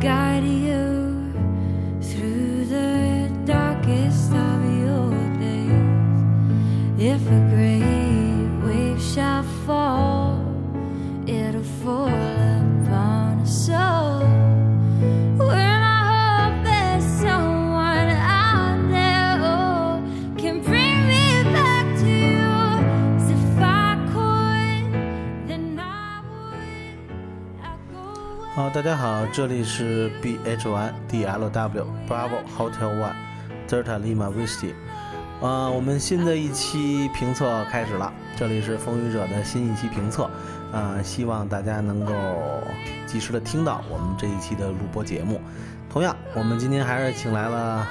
guide you through the darkest of your days. If a great wave shall fall, it'll fall upon us all. Well, I hope that someone I know can bring me back to you. 'Cause if I could, then I would. I'd go away. 好，大家好，这里是 B H Y D L W Bravo Hotel One Delta Lima Whiskey。呃，我们新的一期评测开始了，这里是风雨者的新一期评测。呃，希望大家能够及时的听到我们这一期的录播节目。同样，我们今天还是请来了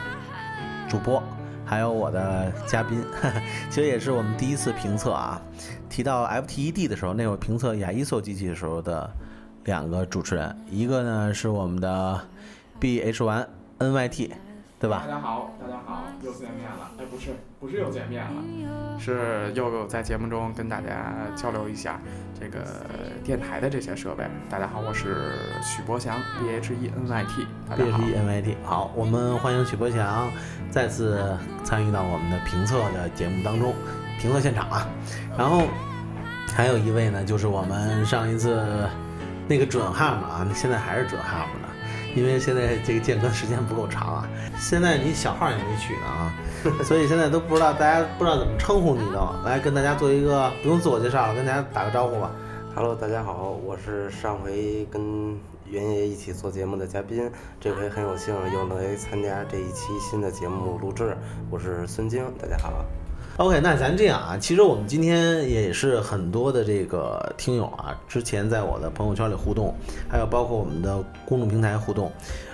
主播，还有我的嘉宾，其实也是我们第一次评测啊。提到 FTED 的时候，那会儿评测亚伊索机器的时候的两个主持人，一个呢是我们的 BH1 NYT，对吧大？家好，大家好，又见面了。哎，不是，不是又见面了，是又在节目中跟大家交流一下这个电台的这些设备。大家好，我是许博翔，B H E N Y T。大家 B 好 H，E N Y T，好，我们欢迎许博强再次参与到我们的评测的节目当中，评测现场啊。然后还有一位呢，就是我们上一次那个准号码啊，现在还是准号码呢，因为现在这个间隔时间不够长啊。现在你小号也没取呢啊， 所以现在都不知道大家不知道怎么称呼你都。来跟大家做一个不用自我介绍了，跟大家打个招呼吧。 Hello，大家好，我是上回跟袁爷一起做节目的嘉宾，这回很有幸又能参加这一期新的节目录制，我是孙晶，大家好。 OK，那咱这样啊，其实我们今天也是很多的这个听友啊，之前在我的朋友圈里互动，还有包括我们的公众平台互动，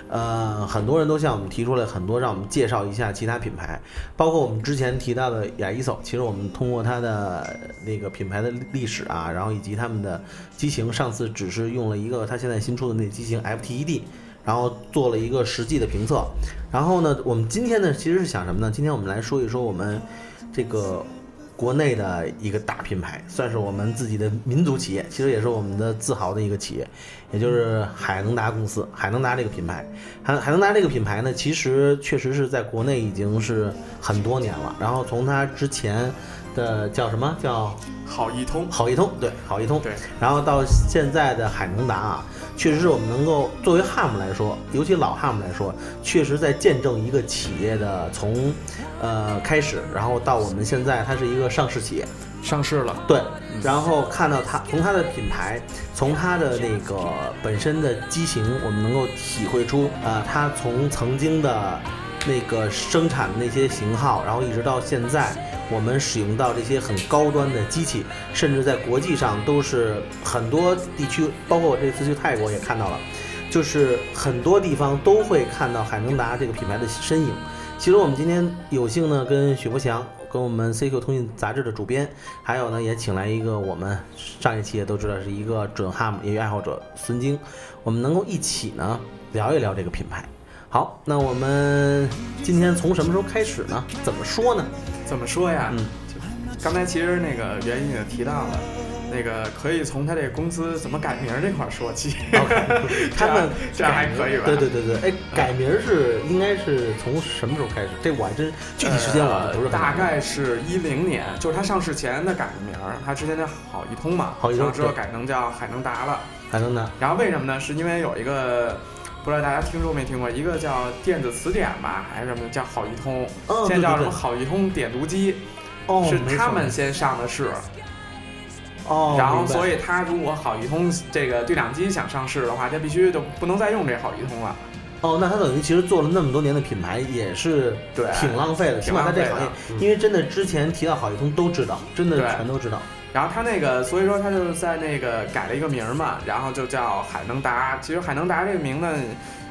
呃，很多人都向我们提出了很多，让我们介绍一下其他品牌，包括我们之前提到的雅伊索，其实我们通过它的那个品牌的历史啊，然后以及他们的机型，上次只是用了一个它现在新出的那机型 FTED。然后做了一个实际的评测，然后呢，我们今天呢其实是想什么呢？今天我们来说一说我们这个国内的一个大品牌，算是我们自己的民族企业，其实也是我们的自豪的一个企业，也就是海能达公司，海能达这个品牌。海海能达这个品牌呢，其实确实是在国内已经是很多年了。然后从它之前的叫什么叫好一通。好一通，对，好一通，对，然后到现在的海能达啊，确实是我们能够作为汉姆来说，尤其老汉姆来说，确实在见证一个企业的从呃开始，然后到我们现在它是一个上市企业，上市了。对，然后看到它从它的品牌，从它的那个本身的机型，我们能够体会出呃，它从曾经的那个生产的那些型号，然后一直到现在，我们使用到这些很高端的机器，甚至在国际上都是很多地区，包括我这次去泰国也看到了。就是很多地方都会看到海能达这个品牌的身影。其实我们今天有幸呢，跟许博祥，跟我们 CQ 通信杂志的主编，还有呢也请来一个我们上一期也都知道是一个准哈姆业余爱好者孙晶，我们能够一起呢聊一聊这个品牌。好，那我们今天从什么时候开始 呢？怎么说呢？怎么说呀？嗯就刚才其实那个袁毅也提到了，那个可以从他这公司怎么改名儿这块儿说起。哦他们这样改还名可以吧 对对对对，哎，改名是应该是从什么时候开始？这我还真具体时间我呃不是很 大了解概是一零年，就是他上市前的改的名儿，他之前叫好一通嘛，好一通上市之后对改成叫海能达了。海能达。然后为什么呢？是因为有一个不知道大家听说没听过，一个叫电子词典吧，还是什么叫好易通，嗯现在叫对对对什么好易通点读机，哦，是他们先上的市，哦，然后所以以他如果好易通这个对讲机想上市的话，他必须就不能再用这好易通了。哦，那他等于其实做了那么多年的品牌，也是对挺浪费的，起挺码浪在费这的嗯行业，因为真的之前提到好一通都知道，真的对全都知道。然后他那个，所以说他就在那个改了一个名儿嘛，然后就叫海能达。其实海能达这个名字，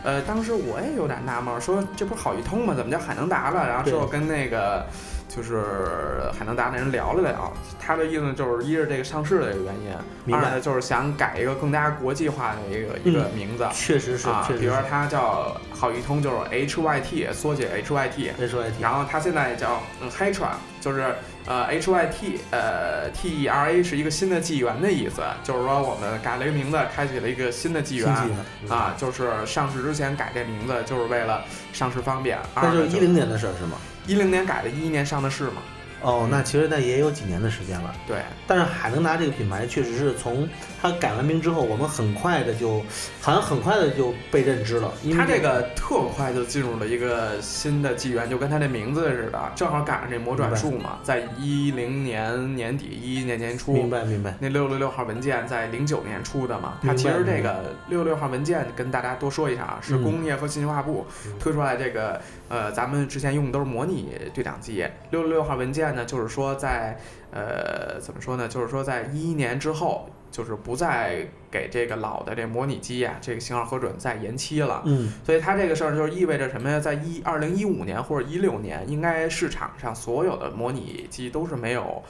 呃，当时我也有点纳闷儿，说这不是好易通吗？怎么叫海能达了？然后之后跟那个就是海能达那人聊了聊，他的意思就是一是这个上市的原因，明二白呢就是想改一个更加国际化的一个、一个名字。确实是啊，，确比实如说是。它叫好一通，就是 HYT 缩写 HYT， H Y T，然后它现在也叫嗯 Hitra，就是呃 H Y T 呃 T E R A 是一个新的纪元的意思，就是说我们改了一个名字，开启了一个新的纪新嗯元纪元，啊，就是上市之前改这名字就是为了上市方便。那就是二呢一零年的事儿是吗？一零年改的，一一年上的市嘛，哦，嗯那其实那也有几年的时间了。对但是海能达这个品牌确实是从它改完名之后，我们很快的就，好像很快的就被认知了。因为它这个特快就进入了一个新的纪元，就跟它这名字似的，正好赶上这魔转术嘛，在一零年年底一一年年初，明白明白，那六六六号文件在零九年出的嘛，明白它其实这个六六号文件跟大家多说一下啊，是嗯工业和信息化部推出来这个，呃，咱们之前用的都是模拟对讲机，六六六号文件呢，就是说在呃怎么说呢，就是说在一一年之后，就是不再给这个老的这模拟机啊这个信号核准再延期了。嗯，所以它这个事儿就是意味着什么呀？在一二零一五年或者一六年，应该市场上所有的模拟机都是没有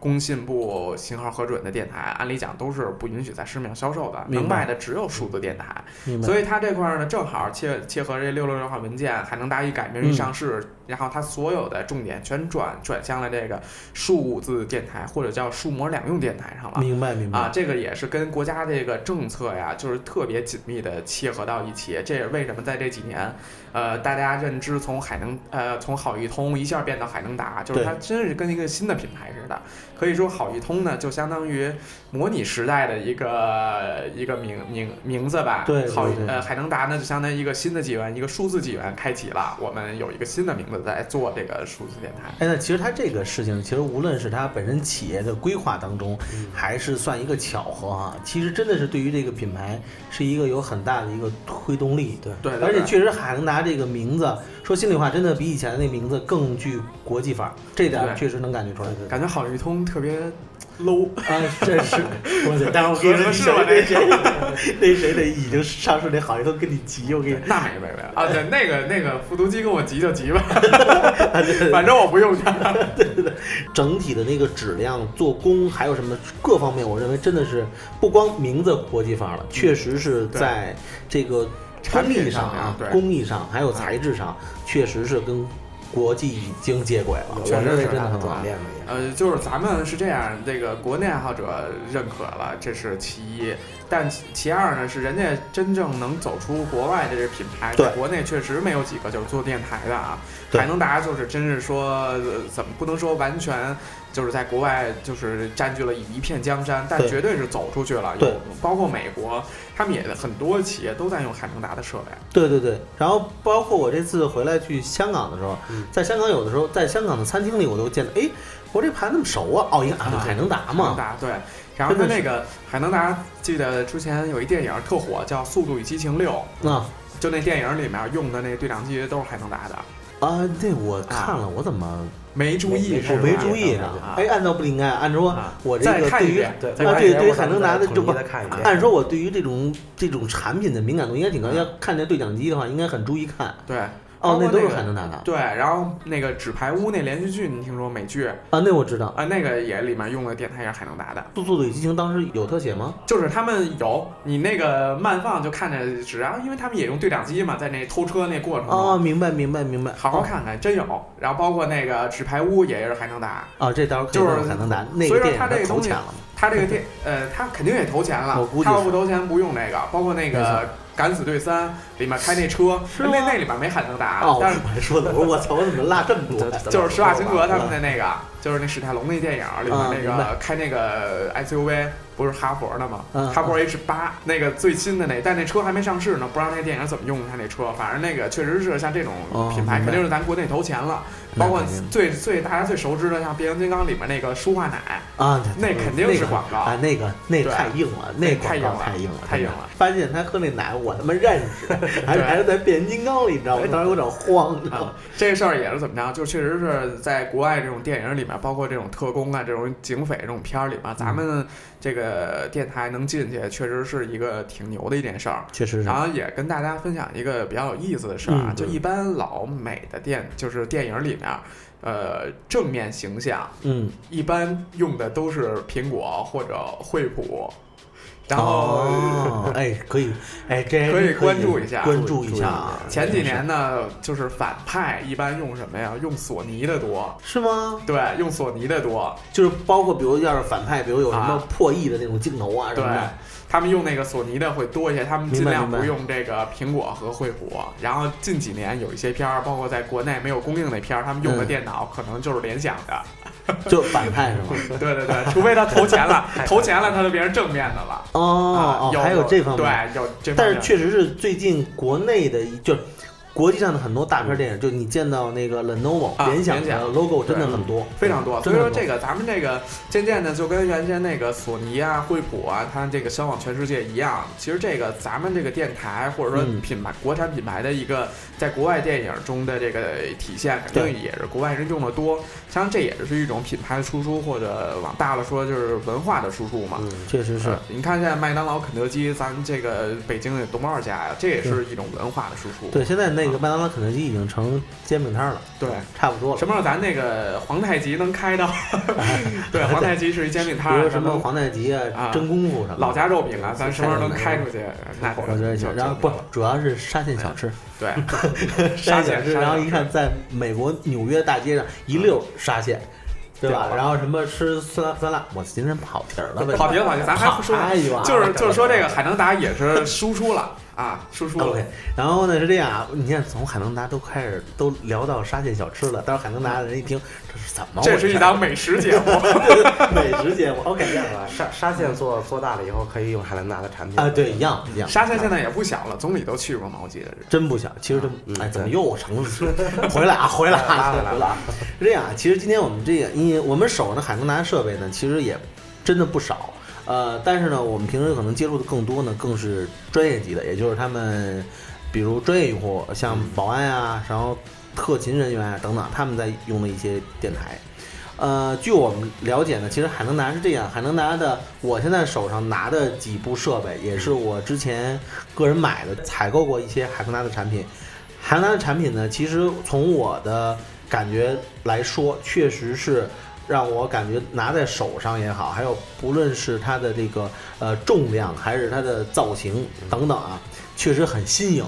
工信部型号核准的电台，按理讲都是不允许在市面上销售的，明白能卖的只有数字电台。明白。所以以它这块儿呢，正好切切合这六六六号文件，海能达一改名嗯一上市，然后它所有的重点全转转向了这个数字电台或者叫数模两用电台上了。明白明白啊，，这个也是跟国家这个政策呀，就是特别紧密的切合到一起。这也为什么在这几年，呃，大家认知从海能呃从好易通一下变到海能达，就是对它真是跟一个新的品牌似的。可以说好易通呢，就相当于模拟时代的一个一个名名名字吧。对对好对呃海能达呢，就相当于一个新的纪元，一个数字纪元开启了。我们有一个新的名字在做这个数字电台。哎，那其实它这个事情，其实无论是它本身企业的规划当中，还是算一个巧合啊。其实真的是对于这个品牌是一个有很大的一个推动力。对对对而且对确实海能达这个名字，说心里话，真的比以前的那名字更具国际范儿，这点儿对确实能感觉出来。感觉好易通特别 low。啊，这是，我得待会儿合合适吗那谁那谁得已经上市那好像都跟你急， 我跟你那没没没啊！嗯对，那个那个复读机跟我急就急吧，对 反正我不用它。整体的那个质量、做工，还有什么各方面，我认为真的是不光名字国际化了，嗯确实是在这个工艺上啊产品上面，嗯对工艺上还有材质上，确实是跟国际已经接轨了。有我了认为确真的实大的很转好。变了也。 呃，就是咱们是这样，这个国内爱好者认可了，这是其一。但其其二呢，是人家真正能走出国外的这品牌，对在国内确实没有几个就是做电台的啊。对海能达就是真是说，呃怎么不能说完全就是在国外就是占据了一片江山，但对绝对是走出去了。对有，包括美国，他们也很多企业都在用海能达的设备。啊对对对，然后包括我这次回来去香港的时候，嗯在香港有的时候在香港的餐厅里我都见到，哎，我这牌那么熟啊，哦，一看啊海能达海能嘛，达对，然后他真的那是个海能达，记得之前有一电影特火，叫《速度与激情六啊》，就那电影里面用的那对讲机都是海能达的，啊，那我看了，我怎么没注意没是我吧？没注意啊啊？哎，按照不应该，按说啊我这再个看对一于遍，啊对再那看这一个遍对于我海咱能们达再的统这一不地看一遍按说我对于这种这种产品的敏感度应该挺高，要看见对讲机的话，应该很注意看。对啊包哦，括那都那是个海能达的啊，对，然后那个《纸牌屋》那连续剧，你听说美剧啊、那我知道。那个也里面用的电台也是海能达的，速速度与激情当时有特写吗？就是他们有你那个慢放就看着，只要因为他们也用对讲机嘛，在那偷车那过程中，哦，明白明白明白。哦好好看看，真有。然后包括那个《纸牌屋》也是海能达。啊，这到时候可以就是问海能达那所个以说电影他这个投东西钱了吗？他这个电，呃，他肯定也投钱了。我估计他要是不投钱不用那个，包括那没个错《敢死队三》里面开那车，是吗那那里面没海能达，哦，我啊但是还说的，我说我操，我怎么落这么多？就是施瓦辛格他们的那个，就是那史泰龙那电影里啊面那明个开那个 SUV，不是哈佛的吗嗯？哈佛 H 八那个最新的那，但那车还没上市呢，不知道那电影怎么用他那车。反正那个确实是像这种哦品牌，明白肯定是咱国内投钱了。那包括肯定最最大家最熟知的，像变形金刚里面那个舒化奶，啊，那肯定是广告啊，那个那对太硬了，那那广太硬告了太硬了，太硬真的了。发现他喝那奶，我他妈认 识，还是对哎还是在变形金刚里，你知道吗？当时有点慌，你知道吗 啊？，这事儿也是怎么着？就确实嗯是在国外这种电影里面，包括这种特工啊、这种警匪这种片儿里面，咱们这个个电台能进去，确实是一个挺牛的一件事儿。确实是然。后也跟大家分享一个比较有意思的事儿啊，嗯就对一般老美的电就是电影里面，呃，正面形象嗯，一般用的都是苹果或者惠普，然后、哦哎，可以，哎，这还可以真关注一下关注一下啊。前几年呢，就是反派一般用什么呀？用索尼的多，是吗？对，用索尼的多，就是包括比如要是反派，比如有什么啊破译的那种镜头啊什对么的，，他们用那个索尼的会多一些，他们明白尽量明不白用这个苹果和惠普。然后近几年有一些片儿，包括在国内没有供应那片儿，他们用的嗯电脑可能就是联想 的。就反派 是吗？对对对，除非他投 钱了，投钱了他就变成正面的了。哦啊，有还有这方面。对，有这方但面是确实是最近国内的一，就是国际上的很多大片电影，就你见到那个 Lenovo 啊联想联想嗯的 logo 真的很多，非常多，所真以的很说多这个咱们这个渐渐的就跟原先那个索尼啊、惠普啊，它这个销往全世界一样。其实这个咱们这个电台或者说嗯品牌、国产品牌的一个在国外电影中的这个体现，肯对定也是国外人用的多。像这也是一种品牌的输出，或者往大了说就是文化的输出嘛。嗯，确实是呃。你看现在麦当劳、肯德基，咱们这个北京有多么少家呀？这也是一种文化的输出。啊对，现在那嗯个麦当劳、肯德基已经成煎饼摊儿了，对，差不多了。哦什么时候咱那个皇太极 能开到？对，皇太极是一煎饼哎比摊如儿，什么皇太极啊啊、真功夫什么的老家肉饼啊，咱什么时候能开出去？那嗯我觉得行。然后不，主要是沙县小吃， 对，沙县小沙县吃。然后一看，在美国纽约大街上一溜嗯沙县，对吧对？然后什么吃酸辣酸辣，我今天跑题儿了呗，跑题了跑题了，咱还不说呢太远了，就是就是说这个海能达也是输出了啊，输出了 OK，。然后呢是这样啊，你看从海能达都开始都聊到沙县小吃了，但是海能达的人一听这是怎么回事？这是 一档美食节目，美食节目一，OK 样啊，沙沙县做做大了以后，可以用海南达的产品啊，对，一样一样。沙县现在也不小了，总理都去过嘛，我记得是。真不想，其实真嗯哎，对怎么又成了？回来啊，回来啊，回来回来啊！是这样啊，其实今天我们这个，因为我们手上的海能达设备呢，其实也真的不少。呃，但是呢，我们平时可能接触的更多呢，更是专业级的，也就是他们，比如专业用户，像保安啊，然后特勤人员啊等等，他们在用的一些电台。呃，据我们了解呢，其实海能达是这样，海能达的我现在手上拿的几部设备，也是我之前个人买的，采购过一些海能达的产品。海能达的产品呢，其实从我的感觉来说，确实是让我感觉拿在手上也好，还有不论是它的这个呃重量，还是它的造型等等啊，确实很新颖。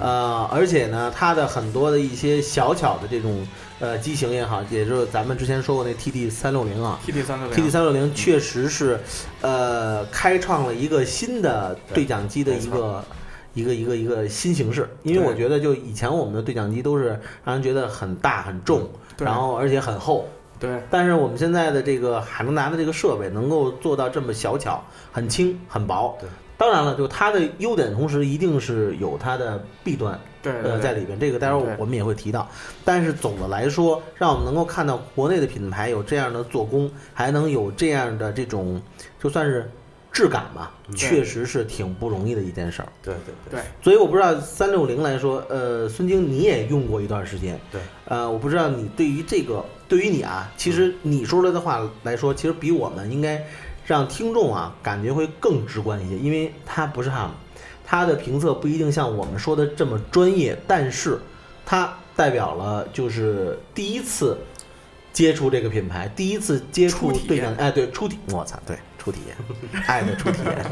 呃，而且呢，它的很多的一些小巧的这种呃机型也好，也就是咱们之前说过那 TD 三六零啊 TD 三六，TD 零，三六零确实是呃开创了一个新的对讲机的一个。一个一个一个新形式，因为对我觉得就以前我们的对讲机都是让人觉得很大很重，对然后而且很厚，对但是我们现在的这个海能达的这个设备能够做到这么小巧、很轻、很薄。对，当然了，就它的优点，同时一定是有它的弊端，对对呃，对嗯在里边。这个待会对儿我们也会提到。但是总的来说，让我们能够看到国内的品牌有这样的做工，还能有这样的这种，就算是质感吧，嗯确实是挺不容易的一件事儿。对对对所以我不知道三六零来说，呃，孙晶你也用过一段时间，对，呃，我不知道你对于这个，对于你啊，其实你说出来的话来说，其实比我们应该让听众啊感觉会更直观一些，因为它不是汉姆，它的评测不一定像我们说的这么专业，但是它代表了就是第一次接触这个品牌，第一次接触初体验对象，哎，对，初体，我操，对，初体验，爱的初体验，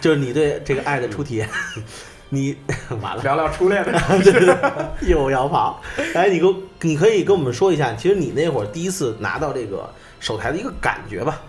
就是你对这个爱的初体验， 你完 了。聊聊初恋的，又要跑。哎，你跟你可以跟我们说一下，其实你那会儿第一次拿到这个手台的一个感觉吧？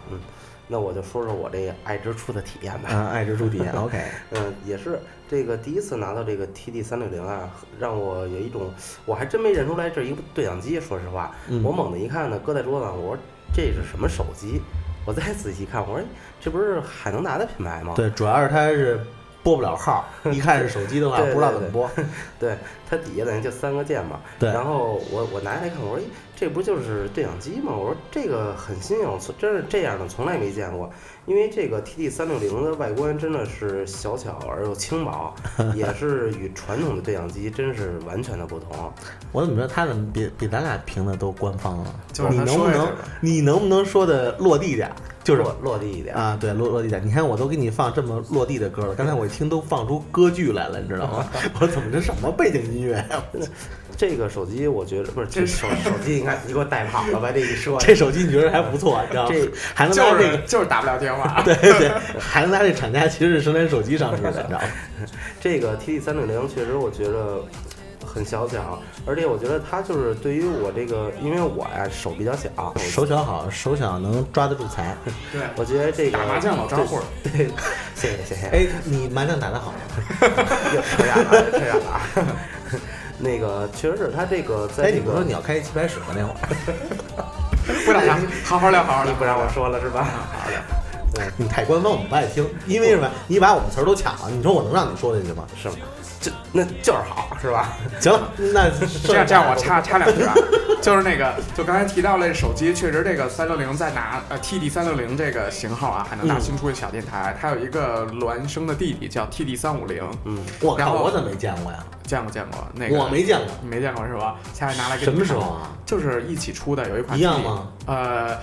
那我就说说我这爱之初的体验吧。嗯，爱之初体 验，OK，嗯，也是这个第一次拿到这个 TD 三六零啊，让我有一种我还真没认出来这是一部对讲机。说实话，嗯我猛地一看呢，搁在桌子上，我说这是什么手机？我再仔细看，我说哎这不是海能达的品牌吗？ 对，主要是它是拨不了号，一看是手机的话，对对不知道怎么拨。对，它底下等于就三个键嘛。对然后我我拿来看，我说，哎，这不就是对讲机吗？我说这个很新颖，从真是这样的从来没见过。因为这个 TD 三六零的外观真的是小巧而又 轻薄，也是与传统的对讲机真是完全的不同。我怎么觉得他怎么比比咱俩评的都官方啊？就是你他能不说也能是你能不能说的落地点儿？就是落落地一点。啊，对，落落地点儿。你看我都给你放这么落地的歌了，刚才我一听都放出歌剧来了，你知道 吗？我说怎么这什么背景音乐啊呀？这个手机我觉得不是，这手手机你看你给我带跑了 吧？这一说，这手机你觉得还不错，你知道吗这？还能拿就这个是就是打不了电话。对 对，还能拿这厂家其实是生产手机上市的，你知道吗？这个 T D 三六零确实我觉得很小巧，而且我觉得它就是对于我这个，因为我呀、手比较小， 手巧好，手巧能抓得住财。对，我觉得这个打麻将老张会儿，对，谢谢谢谢，哎，你麻将打得好吗？又扯远了扯远了。 那个确实是它这个在哎，这你不是个说你要开棋牌室吗？那会儿不打麻好好聊，好好聊。你不让我说了是吧？ 好嘞，对， 你太官方，我们不爱听，因为什么？你把我们词儿都抢了，你说我能让你说进去吗？是吗？就那就是好是吧？行了，那这这样这样，我插插两 句啊，就是那个，就刚才提到了手机，确实这个三六零在拿呃 TD 三六零这个型号啊，还能拿嗯新出的小电台，它有一个孪生的弟弟叫 TD 三五零，嗯，我然靠，后我怎么没见过呀？见过见过那个我没见过，你没见过是吧？下来拿来给你什么看时候？啊？就是一起出的，有一款一样 TD 吗？呃，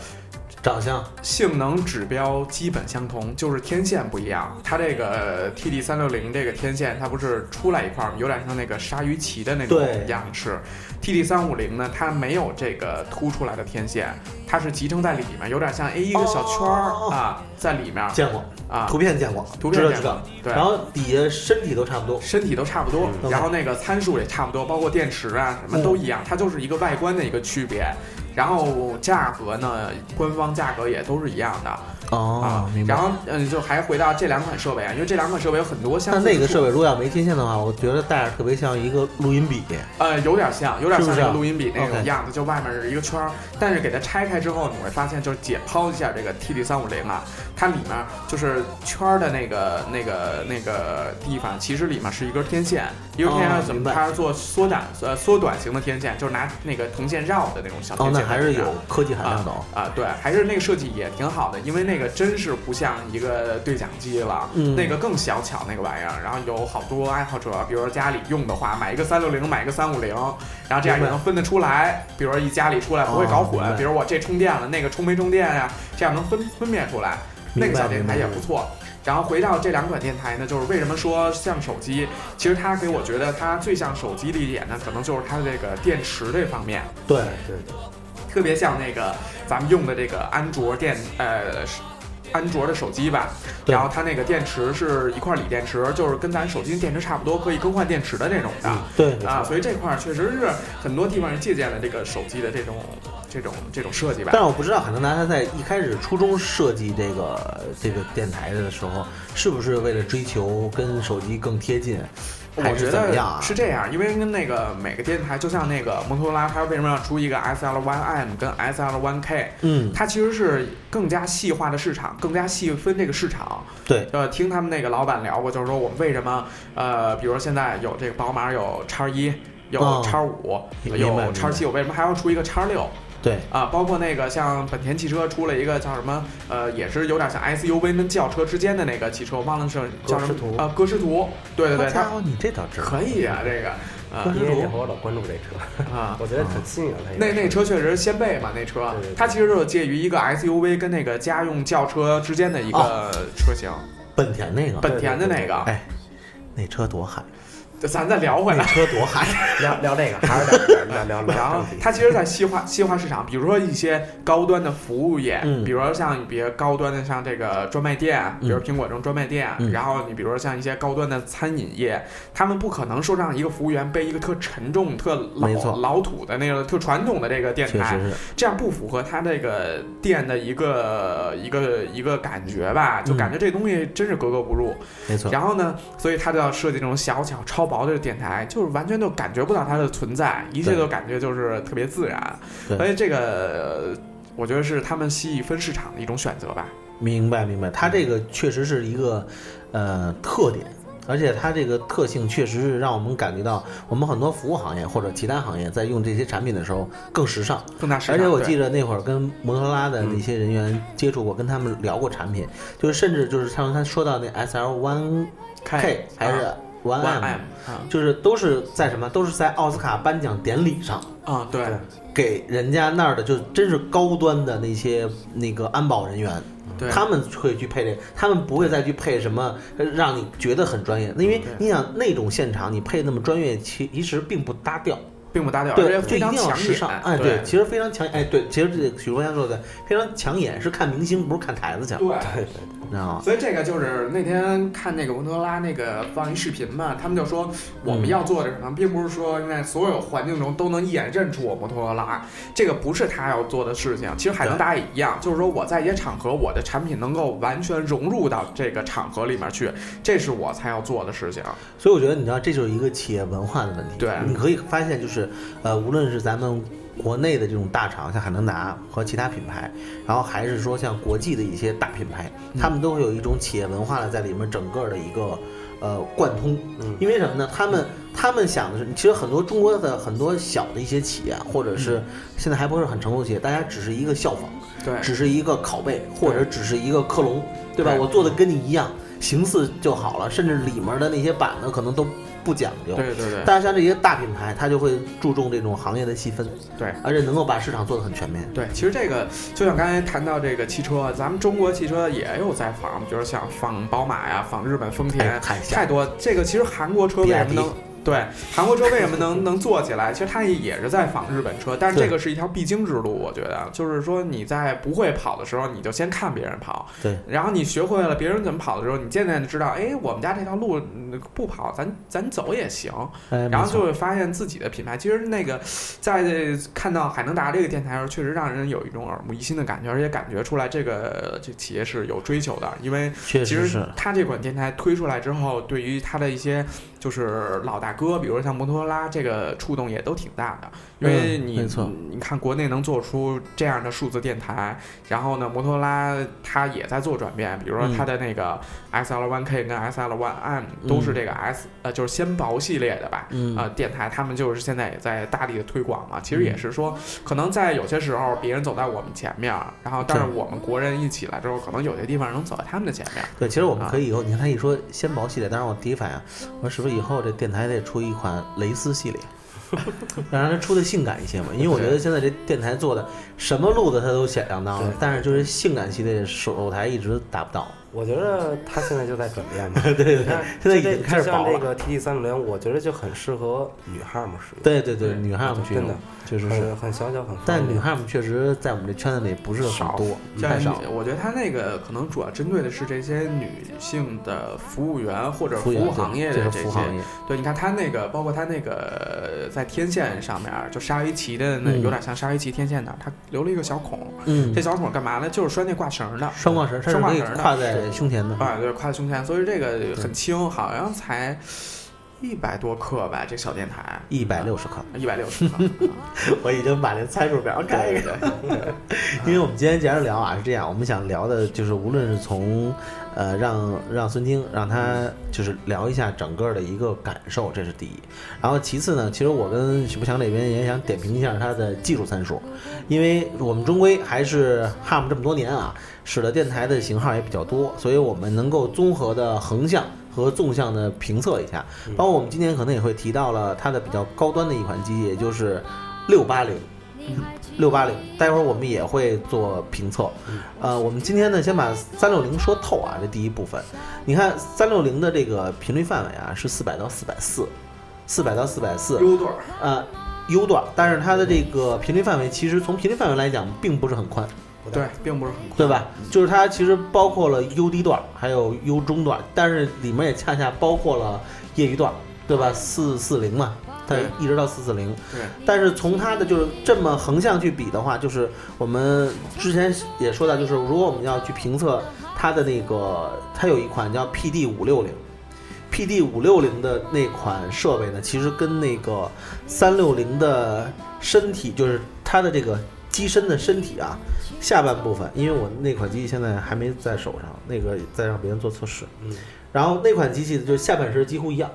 长相性能指标基本相同，就是天线不一样。它这个 TD 三六零这个天线，它不是出来一块儿，有点像那个鲨鱼鳍的那种对样式。TD 三五零呢，它没有这个凸出来的天线，它是集成在里面，有点像 A 一个小圈儿、哦啊，在里面见过，啊图，片见过，图片见知道知过道。对然后底下身体都差不多，身体都差不多，嗯然后那个参数也差不多，包括电池啊什么都一样，它就是一个外观的一个区别。然后价格呢，官方价格也都是一样的。哦啊，然。后嗯，就还回到这两款设备啊，因为这两款设备有很多相但似。那个设备如果要没天线的话，我觉得戴着特别像一个录音笔。呃，有点像，有点像是不是那啊个录音笔那种 OK 样子，就外面是一个圈儿，但是给它拆开之后，你会发现，就是解剖一下这个 TD 三五零啊，它里面就是圈儿的那个那个那个地方，其实里面是一根天线，一根天线哦是怎明么？白它是做缩短呃缩短型的天线，就是拿那个铜线绕的那种小哦天，那线在里面。还是有科技含量的。哦。啊，对，还是那个设计也挺好的，因为那个真是不像一个对讲机了，嗯那个更小巧那个玩意儿。然后有好多爱好者，比如说家里用的话，买一个三六零，买一个三五零，然后这样也能分得出来。比如说一家里出来不会搞混，哦明白比如我这充电了，那个充没充电呀、这样能分分辨出来。那个明白小电台也不错。然后回到这两款电台呢，就是为什么说像手机？其实它给我觉得它最像手机的一点呢，可能就是它的这个电池这方面。啊对，对，特别像那个咱们用的这个安卓电呃。是安卓的手机吧，对然后它那个电池是一块锂电池，就是跟咱手机的电池差不多，可以更换电池的那种的、嗯对对啊，所以这块儿确实是很多地方是借鉴了这个手机的这种这种这种设计吧但。是我不知道海能达他在一开始初中设计这个这个电台的时候，是不是为了追求跟手机更贴近，我还觉是怎么样得啊？是这样，因为跟那个每个电台，就像那个摩托罗拉，它为什么要出一个 SL1M 跟 SL1K，嗯，它其实是更加细化的市场，更加细分这个市场。对，呃，听他们那个老板聊过，就是说我们为什么呃，比如说现在有这个宝马有叉一，有哦叉五，明白有明叉白七，我为什么还要出一个叉六对，啊？包括那个像本田汽车出了一个叫什么呃，也是有点像 SUV 跟轿车之间的那个汽车，我忘了是叫什歌诗图么啊，歌诗图，对对对，好家它伙，你这倒知道。可以啊，这个啊因为那会儿我老关注这车，啊。我觉得很新颖。它也那是那车确实是掀背嘛，那车对对对它其实就是介于一个 SUV 跟那个家用轿车之间的一哦个车型，本田那个，本田的那个，哎，那车多嗨，就咱再聊回那来。车多嗨，聊聊这个，还是聊聊聊聊然后 正题它其实，在细化细化市场，比如说一些高端的服务业，嗯比如说像比如高端的像这个专卖店，比如苹果这种专卖店，嗯然后你比如说像一些高端的餐饮业，他们不可能说让一个服务员背一个特沉重、特没错老老土的那个特传统的这个电确台，实是，这样不符合他这个店的一个一个一个感觉吧，嗯就感觉这东西真是格格不入。没错。然后呢，所以他就要设计这种小巧超薄的电台，就是完全就感觉不到它的存在，一切对都感觉就是特别自然。对所以这个、呃我觉得是他们吸一分市场的一种选择吧。明白明白，它这个确实是一个呃特点。而且它这个特性确实是让我们感觉到，我们很多服务行业或者其他行业在用这些产品的时候更时尚。更大市场。而且我对记得那会儿跟摩托罗拉的那些人员接触过，跟他们聊过产品，就是甚至就是像他说到那 S L One K 还是 One One M，啊 M 啊就是都是在什么，都是在奥斯卡颁奖典礼上。啊，对，给人家那儿的就真是高端的那些那个安保人员，对他们会去配这个，他们不会再去配什么呃让你觉得很专业，因为对你想那种现场你配那么专业，其其实并不搭调，并不搭调，而对，且就非一常定要抢时尚，眼。哎，对，其实非常抢，哎，对，其实这个许若阳说的非常抢眼，是看明星不是看台子去，对。对对你知道吗？所以这个就是那天看那个摩托罗拉那个放一视频嘛，他们就说我们要做的什么，并不是说在所有环境中都能一眼认出我摩托罗拉，这个不是他要做的事情。其实海能大也一样，就是说我在一些场合，我的产品能够完全融入到这个场合里面去，这是我才要做的事情。所以我觉得你知道，这就是一个企业文化的问题。对你可以发现，就是呃，无论是咱们国内的这种大厂，像海能达和其他品牌，然后还是说像国际的一些大品牌，嗯他们都会有一种企业文化的在里面整个的一个呃贯通。嗯因为什么呢？他们他们想的是，其实很多中国的很多小的一些企业，啊或者嗯是现在还不是很成熟的企业，大家只是一个效仿。对，只是一个拷贝，或者只是一个克隆，对吧？对我做的跟你一样，形似就好了，甚至里面的那些板子可能都不讲究。对对对，但是像这些大品牌，它就会注重这种行业的细分，对，而且能够把市场做得很全面。对，其实这个就像刚才谈到这个汽车，咱们中国汽车也有在仿，比如像仿宝马呀、仿日本丰哎，田，看一下太，多。这个其实韩国车为什么 BYD 能对韩国车为什么能 能做起来？其实它也是在仿日本车，但是对这个是一条必经之路，我觉得就是说你在不会跑的时候，你就先看别人跑，对，然后你学会了别人怎么跑的时候，你渐渐的知道，哎，我们家这条路嗯不跑，咱咱走也行。哎然没后错就会发现自己的品牌。其实那个在看到海能达这个电台的时候，确实让人有一种耳目一新的感觉，而且感觉出来这个这企业是有追求的，因为确其实实是。它这款电台推出来之后，对于它的一些就是老大哥，比如像摩托罗拉，这个触动也都挺大的。因为嗯你、没错你看国内能做出这样的数字电台，然后呢，摩托罗拉它也在做转变，比如说嗯它的那个 S L One K 跟 S L One M 都是这个 S、呃就是纤薄系列的吧，嗯呃，电台他们就是现在也在大力的推广嘛。其实也是说，可能在有些时候别人走在我们前面儿，然后但是对我们国人一起来之后，可能有些地方能走在他们的前面儿。对，其实我们啊可以以后，你看他一说纤薄系列，当然我第一反应，我说是不是以后这电台得出一款蕾丝系 列，让它出的性感一些嘛？因为我觉得现在这电台做的什么路子它都响当当的对，但是就是性感系列手台一直达不到。我觉得它现在就在转变 嘛。对对你看现在已就这经开始就像薄这了。个 TT 三六零，我觉得就很适合女汉们使用。对对对，女啊汉子去真的确实是，很很小巧，很方但便女汉子确实在我们这圈子里不是很少多，嗯像太你少。嗯我觉得他那个可能主要针对的是这些女性的服务员或者服服务员务行业对这的这是些服务。行业，对，你看他那个，包括他那个呃在天线上面儿，就鲨鱼鳍的那，嗯有点像鲨鱼鳍天线那儿，它留了一个小孔。嗯这，小孔干嘛呢？就是拴那挂绳儿的。双挂绳，它是双挂可以绳的挎在胸前的。啊，对，挎在胸前，所以这个很轻，好像才一百多克吧，这小电台一百六十克，一百六 十克，我已经把这参数表看一对看。对对， 因为我们今天接着聊啊，是这样，我们想聊的就是，无论是从，呃，让让孙晶让他就是聊一下整个的一个感受，这是第一。然后其次呢，其实我跟许步强这边也想点评一下他的技术参数，因为我们终归还是 HAM 这么多年啊，使得电台的型号也比较多，所以我们能够综合的横向和纵向的评测一下。嗯包括我们今天可能也会提到了它的比较高端的一款机，也就是六八零。六八零，待会儿我们也会做评测。呃，我们今天呢，先把三六零说透啊，这第一部分。你看三六零的这个频率范围啊，是四百到四百四，四百到四百四，优盾儿，呃，U 段，但是它的这个频率范围其实从频率范围来讲，并不是很宽，不大对，并不是很宽，对吧？就是它其实包括了 U 低段，还有 U 中段，但是里面也恰恰包括了业余段，对吧？四四零嘛，它对一直到四四零。对，但是从它的就是这么横向去比的话，就是我们之前也说到，就是如果我们要去评测它的那个，它有一款叫 PD 五六零，PD 五六零的那款设备呢，其实跟那个三六零的身体，就是它的这个机身的身体啊，下半部分，因为我那款机器现在还没在手上，那个在让别人做测试，嗯，然后那款机器就下半身几乎一样，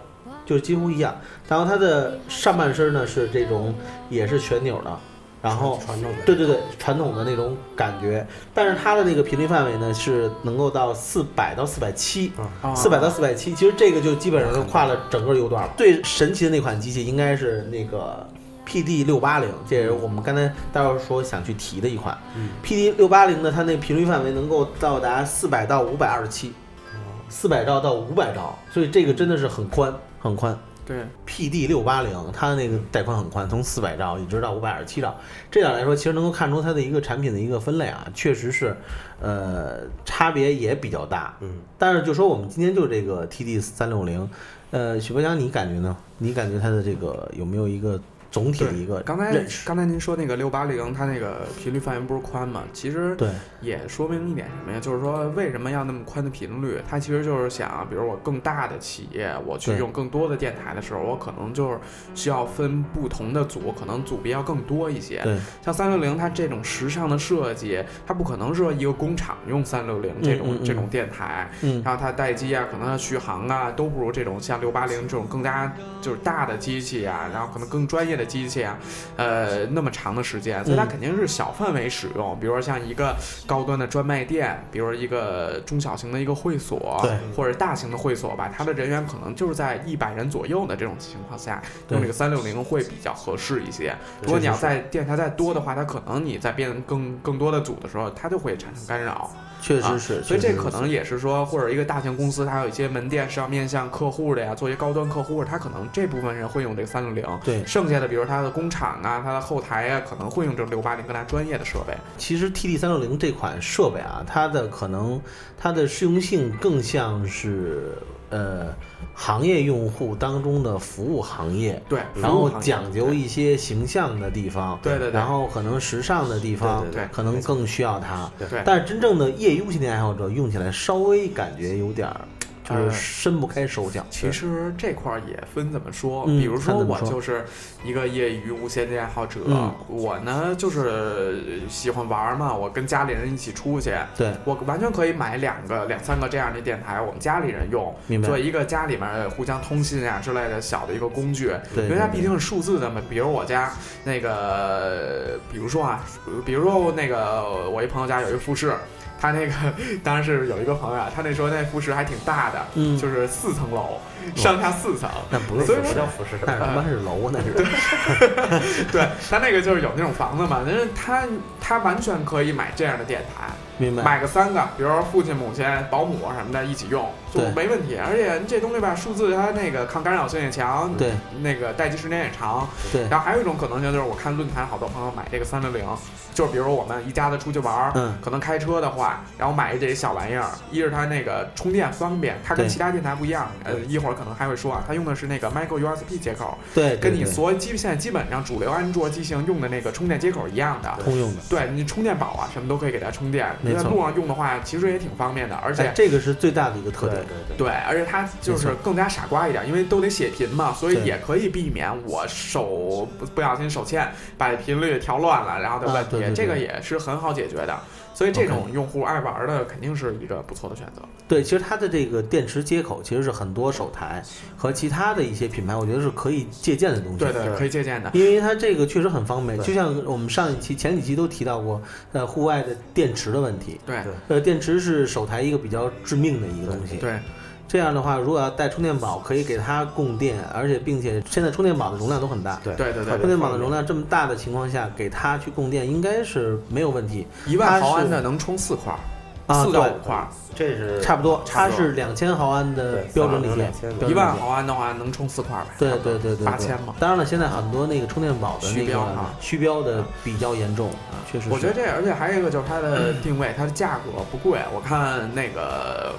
就是几乎一样。然后它的上半身呢是这种也是旋钮的，然后传统的对对对传统的那种感觉，但是它的那个频率范围呢是能够到四百到四百七。嗯啊四百到四百七，其实这个就基本上是跨了整个 U 段了。最神奇的那款机器应该是那个 PD 六八零，这也是我们刚才待会儿说想去提的一款。嗯 PD 六八零呢，它那频率范围能够到达四百到五百二十七，四百兆到五百兆，所以这个真的是很宽很宽。哦对 PD 六八零，它的那个带宽很宽，从四百兆一直到五百二十七兆，这点来说，其实能够看出它的一个产品的一个分类啊，确实是，呃，差别也比较大。嗯，但是就说我们今天就这个 TD 三六零，呃，许博祥，你感觉呢？你感觉它的这个有没有一个总体的一个刚才认识？刚才您说那个六八零，它那个频率范围不是宽嘛？其实对，也说明一点什么呀？就是说为什么要那么宽的频率？它其实就是想，比如我更大的企业，我去对用更多的电台的时候，我可能就是需要分不同的组，可能组别要更多一些。对，像三六零它这种时尚的设计，它不可能说一个工厂用三六零这种、嗯嗯嗯这种电台，嗯，然后它待机啊，可能它续航啊，都不如这种像六八零这种更加就是大的机器啊，然后可能更专业的机器啊，呃，那么长的时间，所以它嗯肯定是小范围使用，比如说像一个高端的专卖店，比如说一个中小型的一个会所，对或者大型的会所吧，它的人员可能就是在一百人左右的这种情况下，用这个三六零会比较合适一些。如果你要在电台再多的话，它可能你在变更更多的组的时候，它就会产生干扰。确实是，啊所以确这实可是能也是说，或者一个大型公司，它有一些门店是要面向客户的呀，做一些高端客户，它可能这部分人会用这个三六零。对。剩下的，比如它的工厂啊、它的后台啊，可能会用这六八零更加专业的设备。其实 TD 三六零这款设备啊，它的可能它的适用性更像是呃行业用户当中的服务行业，对，然服务后行业讲究一些形象的地方，对对对然后可能时尚的地方，对对对可能更需要它。对对但是真正的业余无线电爱好者用起来稍微感觉有点儿，就是呃伸不开手脚。其实这块儿也分怎么说，嗯比如看说怎么我说就是一个业余无线电爱好者，嗯我呢就是喜欢玩儿嘛，我跟家里人一起出去，对，我完全可以买两个、两三个这样的电台，我们家里人用，明白做一个家里面互相通信啊之类的小的一个工具。对因为它对毕对竟是数字的嘛，比如我家那个，比如说啊，比如说那个我一朋友家有一个复式，他那个当然是有一个朋友啊，他那时候那复式还挺大的，嗯就是四层楼，上下四层。那不是所以服说饰，叫服饰，那他妈是楼，那是对他那个就是有那种房子嘛，但是他他完全可以买这样的电台，明白？买个三个，比如说父亲、母亲、保姆什么的一起用，就对没问题。而且这东西吧，数字它那个抗干扰性也强，对，那个待机时间也长。对，然后还有一种可能性就是，我看论坛好多朋友买这个三六零，就是比如我们一家子出去玩儿，嗯可能开车的话，然后买这一小玩意儿，一是它那个充电方便，它跟对其他电台不一样。呃，一会儿可能还会说啊，它用的是那个 micro USB 接口，对，对跟你对所有基现在基本上主流安卓机型用的那个充电接口一样的。通用的。对你充电宝啊，什么都可以给它充电。没你在错路上用的话，其实也挺方便的，而且哎这个是最大的一个特对点对，对。对，而且它就是更加傻瓜一点，因为都得写频嘛，所以对也可以避免我手不不小心手欠把频率调乱了，然后的问啊题，对对对这个也是很好解决的。所以这种用户爱玩的肯定是一个不错的选择。对，其实它的这个电池接口其实是很多手台和其他的一些品牌，我觉得是可以借鉴的东西。对对，对可以借鉴的。因为它这个确实很方便，对就像我们上一期、前几期都提到过，呃，户外的电池的问题。对对呃，电池是手台一个比较致命的一个东西。对这样的话，如果要带充电宝，可以给它供电，而且并且现在充电宝的容量都很大。对对对充对，电宝的容量这么大的情况下，给它去供电应该是没有问题一万毫安它的是能充四块儿，啊。四到对五，块儿。这是差不多，差它不多是两千毫安的对标准理解两千，标准一理万解毫安的话能充四块儿呗。对对对对，八千嘛嘛。当然了，现在很多那个充电宝的那虚标个啊虚标的比较严重啊，确实是。我 觉得这，而且还有一个就是它的定位，它的价格不贵，我看那个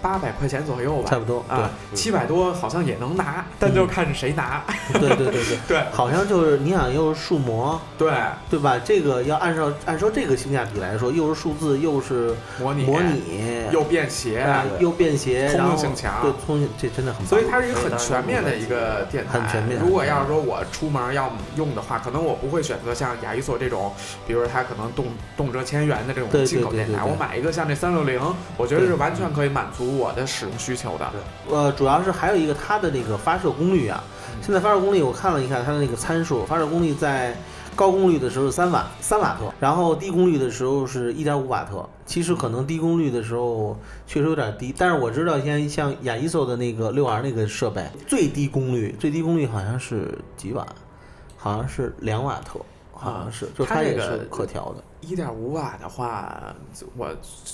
八百块钱左右吧，差不多嗯啊，七百多好像也能拿，但就看是谁拿。 对对对对对，对好像就是你想又是数模，对，对吧？这个要按照按照这个性价比来说，又是数字，又是模拟模拟，哎又便携，啊又便携，通用然后性强对，通用这真的很棒。所以它是一个很全面的一个电台。很全面如果要是说我出门要用的话，可能我不会选择像雅一索这种，比如它可能动动辄千元的这种对对进口电台。对对对我买一个像这三六零，我觉得是对完全可以满足我的使用需求的。呃，主要是还有一个它的这个发射功率啊，嗯现在发射功率我看了一看它的那个参数，发射功率在高功率的时候是三瓦三瓦特，然后低功率的时候是一点五瓦特。其实可能低功率的时候确实有点低，但是我知道现在像亚伊索的那个六 R 那个设备，最低功率最低功率好像是几瓦，好像是两瓦特，好像是，就啊它这也个是可调的。一点五瓦的话，我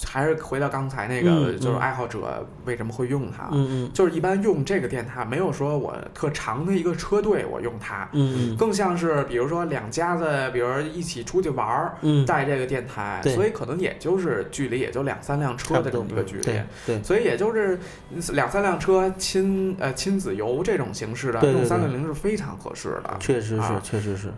还是回到刚才那个，嗯就是嗯爱好者为什么会用它，嗯就是一般用这个电塔，没有说我特长的一个车队我用它，嗯嗯更像是比如说两家子，比如一起出去玩儿。嗯，带这个电台，对所以可能也就是距离也就两三辆车差不的这多么一个距离对，对所以也就是嗯两三辆车亲呃亲子游这种形式的，对对用对三六零是非常合适的。确实是啊，确实是，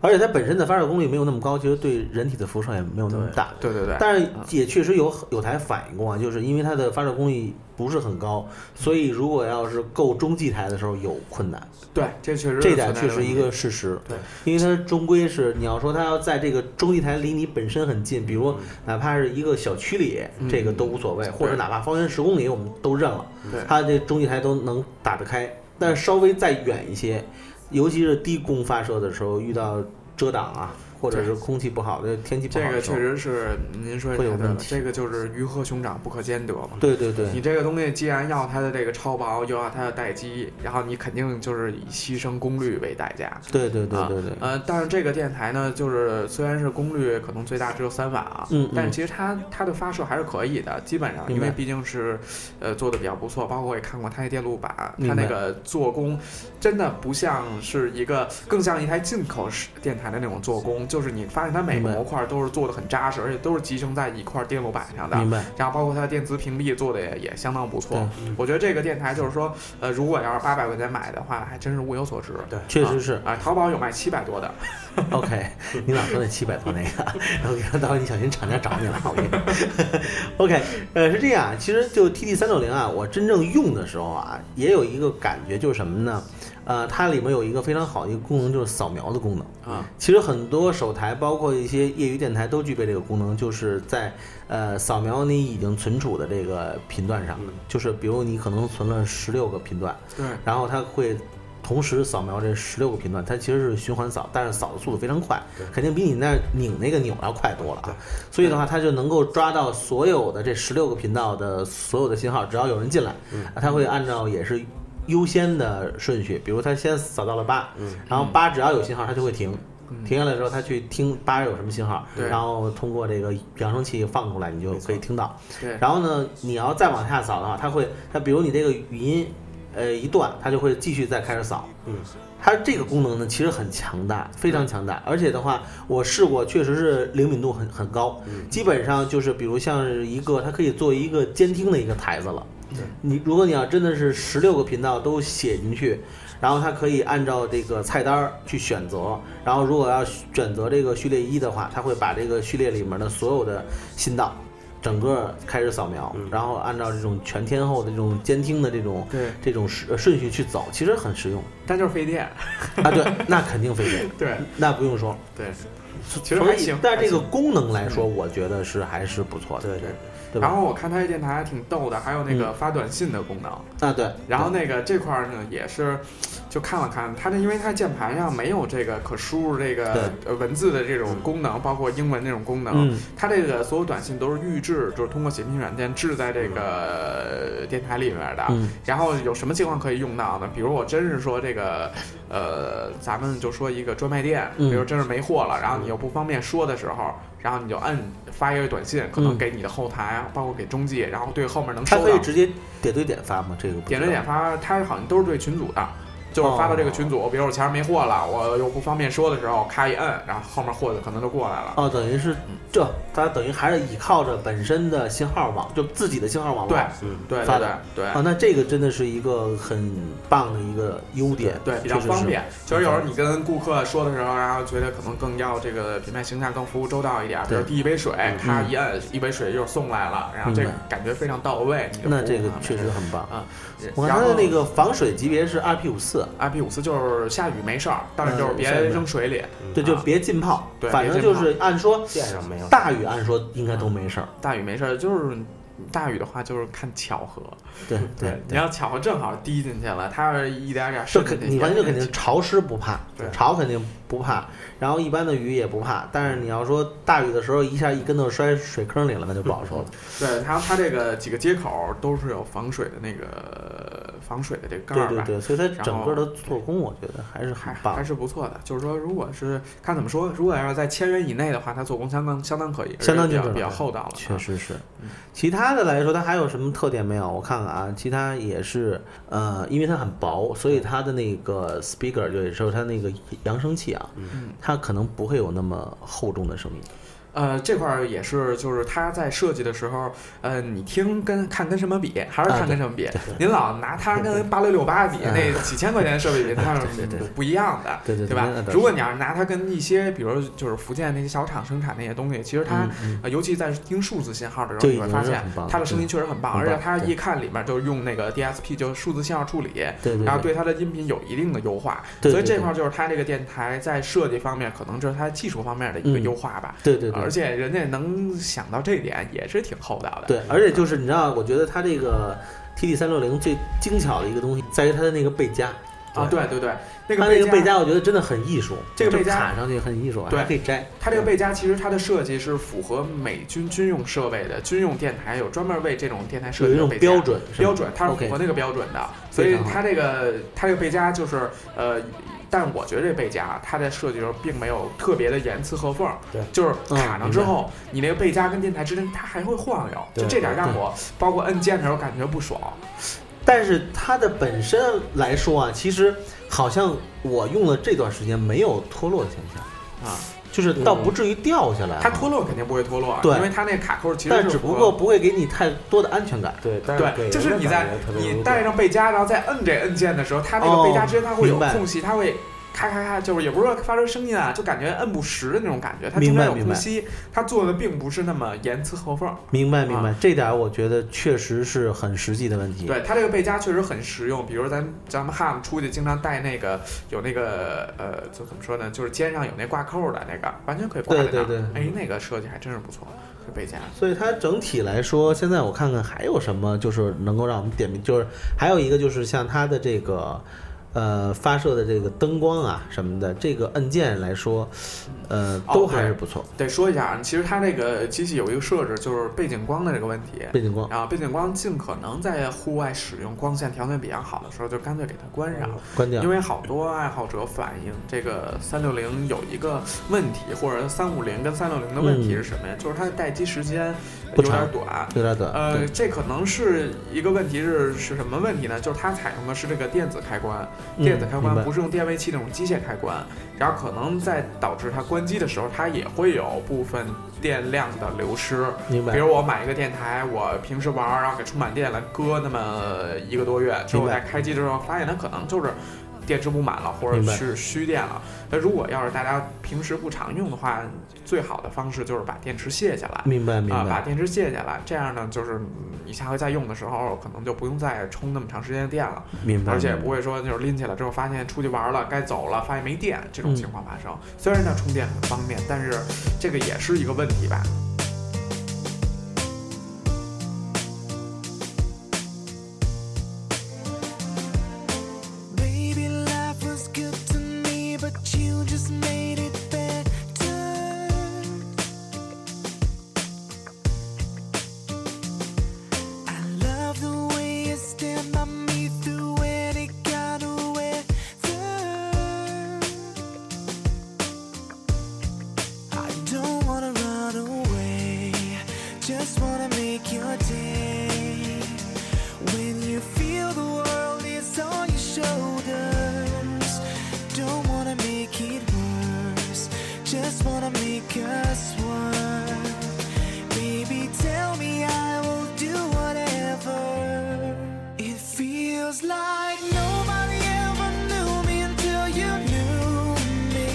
而且它本身的发射功率没有那么高，其实对人体的辐射也没有那么大。对嗯对对，但是也确实有有台反映过啊，就是因为它的发射功率不是很高，所以如果要是够中继台的时候有困难，对，这确实这是点存在确的实问一题个事实。对，因为它终归是你要说它要在这个中继台离你本身很近，比如哪怕是一个小区里，嗯这个都无所谓，或者对哪怕方圆十公里我们都认了。对它这中继台都能打得开，但是稍微再远一些，尤其是低空发射的时候，遇到遮挡啊，或者是空气不好的天气不这好个的时确候，实是您说的会有太对了问，题这个就是鱼和熊掌不可兼得嘛。对对对你这个东西既然要它的这个超薄，又要它的待机，然后你肯定就是以牺牲功率为代价。对对对啊对对，呃，但是这个电台呢，就是虽然是功率可能最大只有三瓦啊，嗯嗯但是其实它它的发射还是可以的，基本上，明因白为毕竟是，呃，做的比较不错，包括我也看过它那电路板，它明白那个做工真的不像是一个，更像一台进口式电台的那种做工，就是你发现它每个明白模块都是做的很扎实，而且都是集成在一块电路板上的，明白。然后包括它的电磁屏蔽做的也也相当不错对。我觉得这个电台就是说，呃，如果要是八百块钱买的话，还真是物有所值。对确实是、啊，淘宝有卖七百多的，啊 OK，你老说那七百多那个，OK，到时候你小心厂家找你了，我跟你说。OK，呃， 是这样啊，其实就 TD 三六零啊，我真正用的时候啊，也有一个感觉，就是什么呢？呃，它里面有一个非常好的一个功能，就是扫描的功能。啊，其实很多手台，包括一些业余电台都具备这个功能，就是在呃扫描你已经存储的这个频段上，就是比如你可能存了十六个频段，对，然后它会同时扫描这十六个频段，它其实是循环扫，但是扫的速度非常快，肯定比你那儿拧那个钮要快多了啊。所以的话，它就能够抓到所有的这十六个频道的所有的信号，只要有人进来，它会按照也是。优先的顺序，比如它先扫到了八、然后八只要有信号，它就会停，停下来的时候，它去听八有什么信号，嗯对然后通过这个扬声器放出来，你就可以听到。对，然后呢，你要再往下扫的话，它会，它比如你这个语音，呃，一断，它就会继续再开始扫。嗯，它这个功能呢，其实很强大，非常强嗯大。而且的话，我试过，确实是灵敏度很很高，嗯基本上就是比如像是一个，它可以做一个监听的一个台子了。你如果你要真的是十六个频道都写进去，然后它可以按照这个菜单儿去选择，然后如果要选择这个序列一的话，它会把这个序列里面的所有的信道整个开始扫描，嗯然后按照这种全天候的这种监听的这种对这种顺呃顺序去走，其实很实用但就是费电，啊。 对，那肯定费电，对那不用说。对，其实嗯所以还行但还这个行嗯功能来说，我觉得是还是不错的。对对，对吧然后我看它这电台还挺逗的，还有那个发短信的功能。啊嗯对，然后那个这块儿呢，也是就看了看它这，因为它键盘上没有这个可输入这个对呃文字的这种功能，包括英文那种功能。嗯它这个所有短信都是预制，就是通过写拼软件制在这个电台里面的。嗯然后有什么情况可以用到呢？比如我真是说这个，呃，咱们就说一个专卖店，嗯比如真是没货了，然后你又不方便说的时候，然后你就摁发一个短信，可能嗯给你的后台，包括给中介，然后对后面能它收可以到。直接点对点发吗？这个不知道点对点发，它好像都是对群主的，就是发到这个群组，比如我前面没货了，我又不方便说的时候，咔一摁，然后后面货就可能就过来了。哦，等于是嗯这，它等于还是倚靠着本身的信号网，就自己的信号网对络。嗯，对对发对的对。啊，那这个真的是一个很棒的一个优点，对，确比较实是嗯方便。就是有时候你跟顾客说的时候，然后觉得可能更要这个品牌形象更服务周到一点，比如对递一杯水，咔嗯一摁，一杯水就送来了，然后这个明白感觉非常到位。你的那服务这个啊确实很棒。啊，我看然它的后那个防水级别是 RP 五四， IP 五四就是下雨没事儿，但是嗯就是别下雨没扔水里，对，就别浸泡啊对，反正就是按说线上没嗯有大雨，按说应该都没事儿。大雨没事儿，就是大雨的话就是看巧合，对对，你要巧合正好滴进去了，它要是一点点这渗进肯去，你完全肯定潮湿不怕对，潮肯定不怕，然后一般的雨也不怕，但是你要说大雨的时候一下一跟头摔水坑里了，那就不好说了。对它它这个几个接口都是有防水的那个防水的这个盖对儿吧，对对，所以它然整个后的做工我觉得还是还很还棒。是不错的。就是说，如果是看怎么说，如果要是在千元以内的话，它做工相当相当可以，相当而且精比致较了比较对厚道了。确实是嗯，其他的来说，它还有什么特点没有？我看看啊，其他也是，呃，因为它很薄，所以它的那个 speaker 就也是它那个扬声器啊，嗯它可能不会有那么厚重的声音。呃，这块儿也是，就是它在设计的时候，呃，你听跟看跟什么比，还是啊看对跟啊什 么比。您老拿它 跟八六六八比，那几千块钱的设备比，它是对对对不一样的，对对对吧那倒？是如果你要是拿它跟一些，比如就是福建那些小厂生产那些东西，其实它嗯，嗯呃，尤其在听数字信号的时就候，已你会经发是现很棒了它的声音对确实很棒，很而且棒它对一看里面就是用那个 DSP，就是数字信号处理，对对然后对对它的音频有一定的优化。对所以对这对块儿就是它这个电台在设计方面，可能这是它技术方面的一个嗯优化吧。啊对对对而。且人家能想到这点也是挺厚道的。对，而且就是你知道，我觉得它这个 T D 三六零最精巧的一个东西在于它的那个背夹啊，，对对对，它那个那贝个背，夹我觉得真的很艺术，这个就背夹卡上去很艺术，对还可以摘。它这个贝加其实它的设计是符合美军军用设备的，军用电台有专门为这种电台设有计一的种贝加标准，是吧标准，它是符 OK 合那个标准的，所非以常好它这个它这个贝加就是呃。但我觉得这贝加它在设计时候并没有特别的严丝合缝，对就是嗯卡上之后，你那个贝加跟电台之间它还会晃悠，就对这点让嗯对我包括摁键的时候感觉不爽。但是它的本身来说啊，其实好像我用了这段时间没有脱落的现象啊，嗯就是倒不至于掉下来啊，它脱落肯定不会脱落，对因为它那卡扣其实但是只符不合过不会给你太多的安全感。对，但是对，就是你在你带带上背夹，然后再摁这摁键的时候，它那个哦背夹之间它会有明白空隙，它会咔咔咔，就是也不是说发出声音啊，就感觉摁不实的那种感觉，它中明白间有明空白隙，它做的并不是那么严丝合缝。明白明白，这点我觉得确实是很实际的问题。啊对，它这个背夹确实很实用，比如咱咱们 ham 出去经常带那个有那个呃，就怎么说呢，就是肩上有那挂扣的那个，完全可以挂在那儿。对对对哎，那个设计还真是不错，这背夹。所以它整体来说，现在我看看还有什么就是能够让我们点评，就是还有一个就是像它的这个呃发射的这个灯光啊什么的，这个按键来说，呃哦都还是不错，得说一下啊，其实它这个机器有一个设置，就是背景光的这个问题。背景光。然后背景光尽可能在户外使用光线条件比较好的时候，就干脆给它关上。关掉因，为好多爱好者反映，这个三六零有一个问题，或者三五零跟三六零的问题是什么呀？就是它的待机时间有嗯不长点短。有点短。呃，对这可能是一个问题是是什么问题呢？就是它采用的是这个电子开关，嗯电子开关明白不是用电位器那种机械开关，然后可能在导致它关机的时候，它也会有部分电量的流失。明比白。如我买一个电台，我平时玩儿，然后给充满电了，搁那么一个多月，之后明在白开机的时候发现它可能就是电池不满了，或者明白是虚电了。那如果要是大家平时不常用的话，最好的方式就是把电池卸下来。明白明啊、把白，电池卸下来，这样呢，就是你下回再用的时候，可能就不用再充那么长时间的电了，明白，而且也明白不会说就是拎起来之后发现出去玩了，该走了，发现没电这种嗯情况发生。虽然呢充电很方便，但是这个也是一个问题吧。 Baby, life was good to me, but you just made it better. I love the way you stand by me through any kind of weather. I don't wanna run away, just wanna make your day. When you feel the world is on your shoulders, don't wanna make it worse, just wanna make us work. Baby, tell me I will do whatever. It feels like nobody ever knew me until you knew me.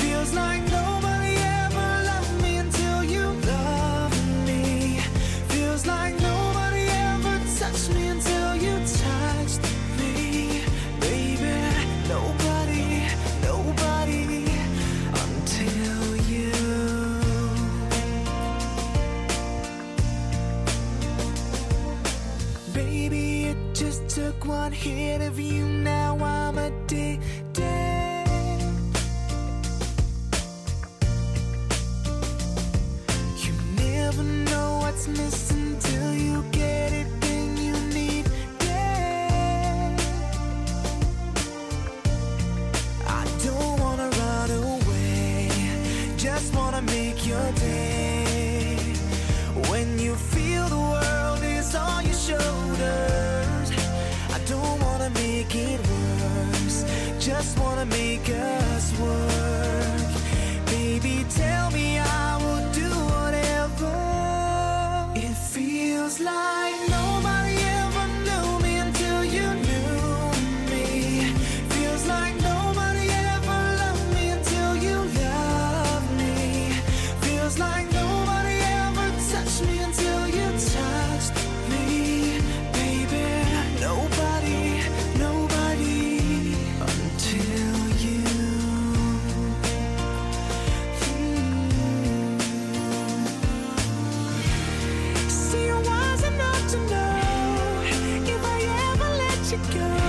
Feels like nobody ever loved me until you loved me. Feels like nobody ever touched me until you touched me. Baby, nobody, nobody until you. one hit of you, now I'm addicted. You never know what's missing till you get it, then you need it. I don't wanna run away, just wanna make your day. When you feel the world is on your shoulders, I don't wanna make it worse, just wanna make us work. Baby, tell me I will do whatever. It feels like nobody ever knew me until you knew me. Feels like nobody ever loved me until you loved me. Feels like nobody ever touched me until you touched me. Baby, nobody, nobody until you. Mm. See, it was enough to know if I ever let you go.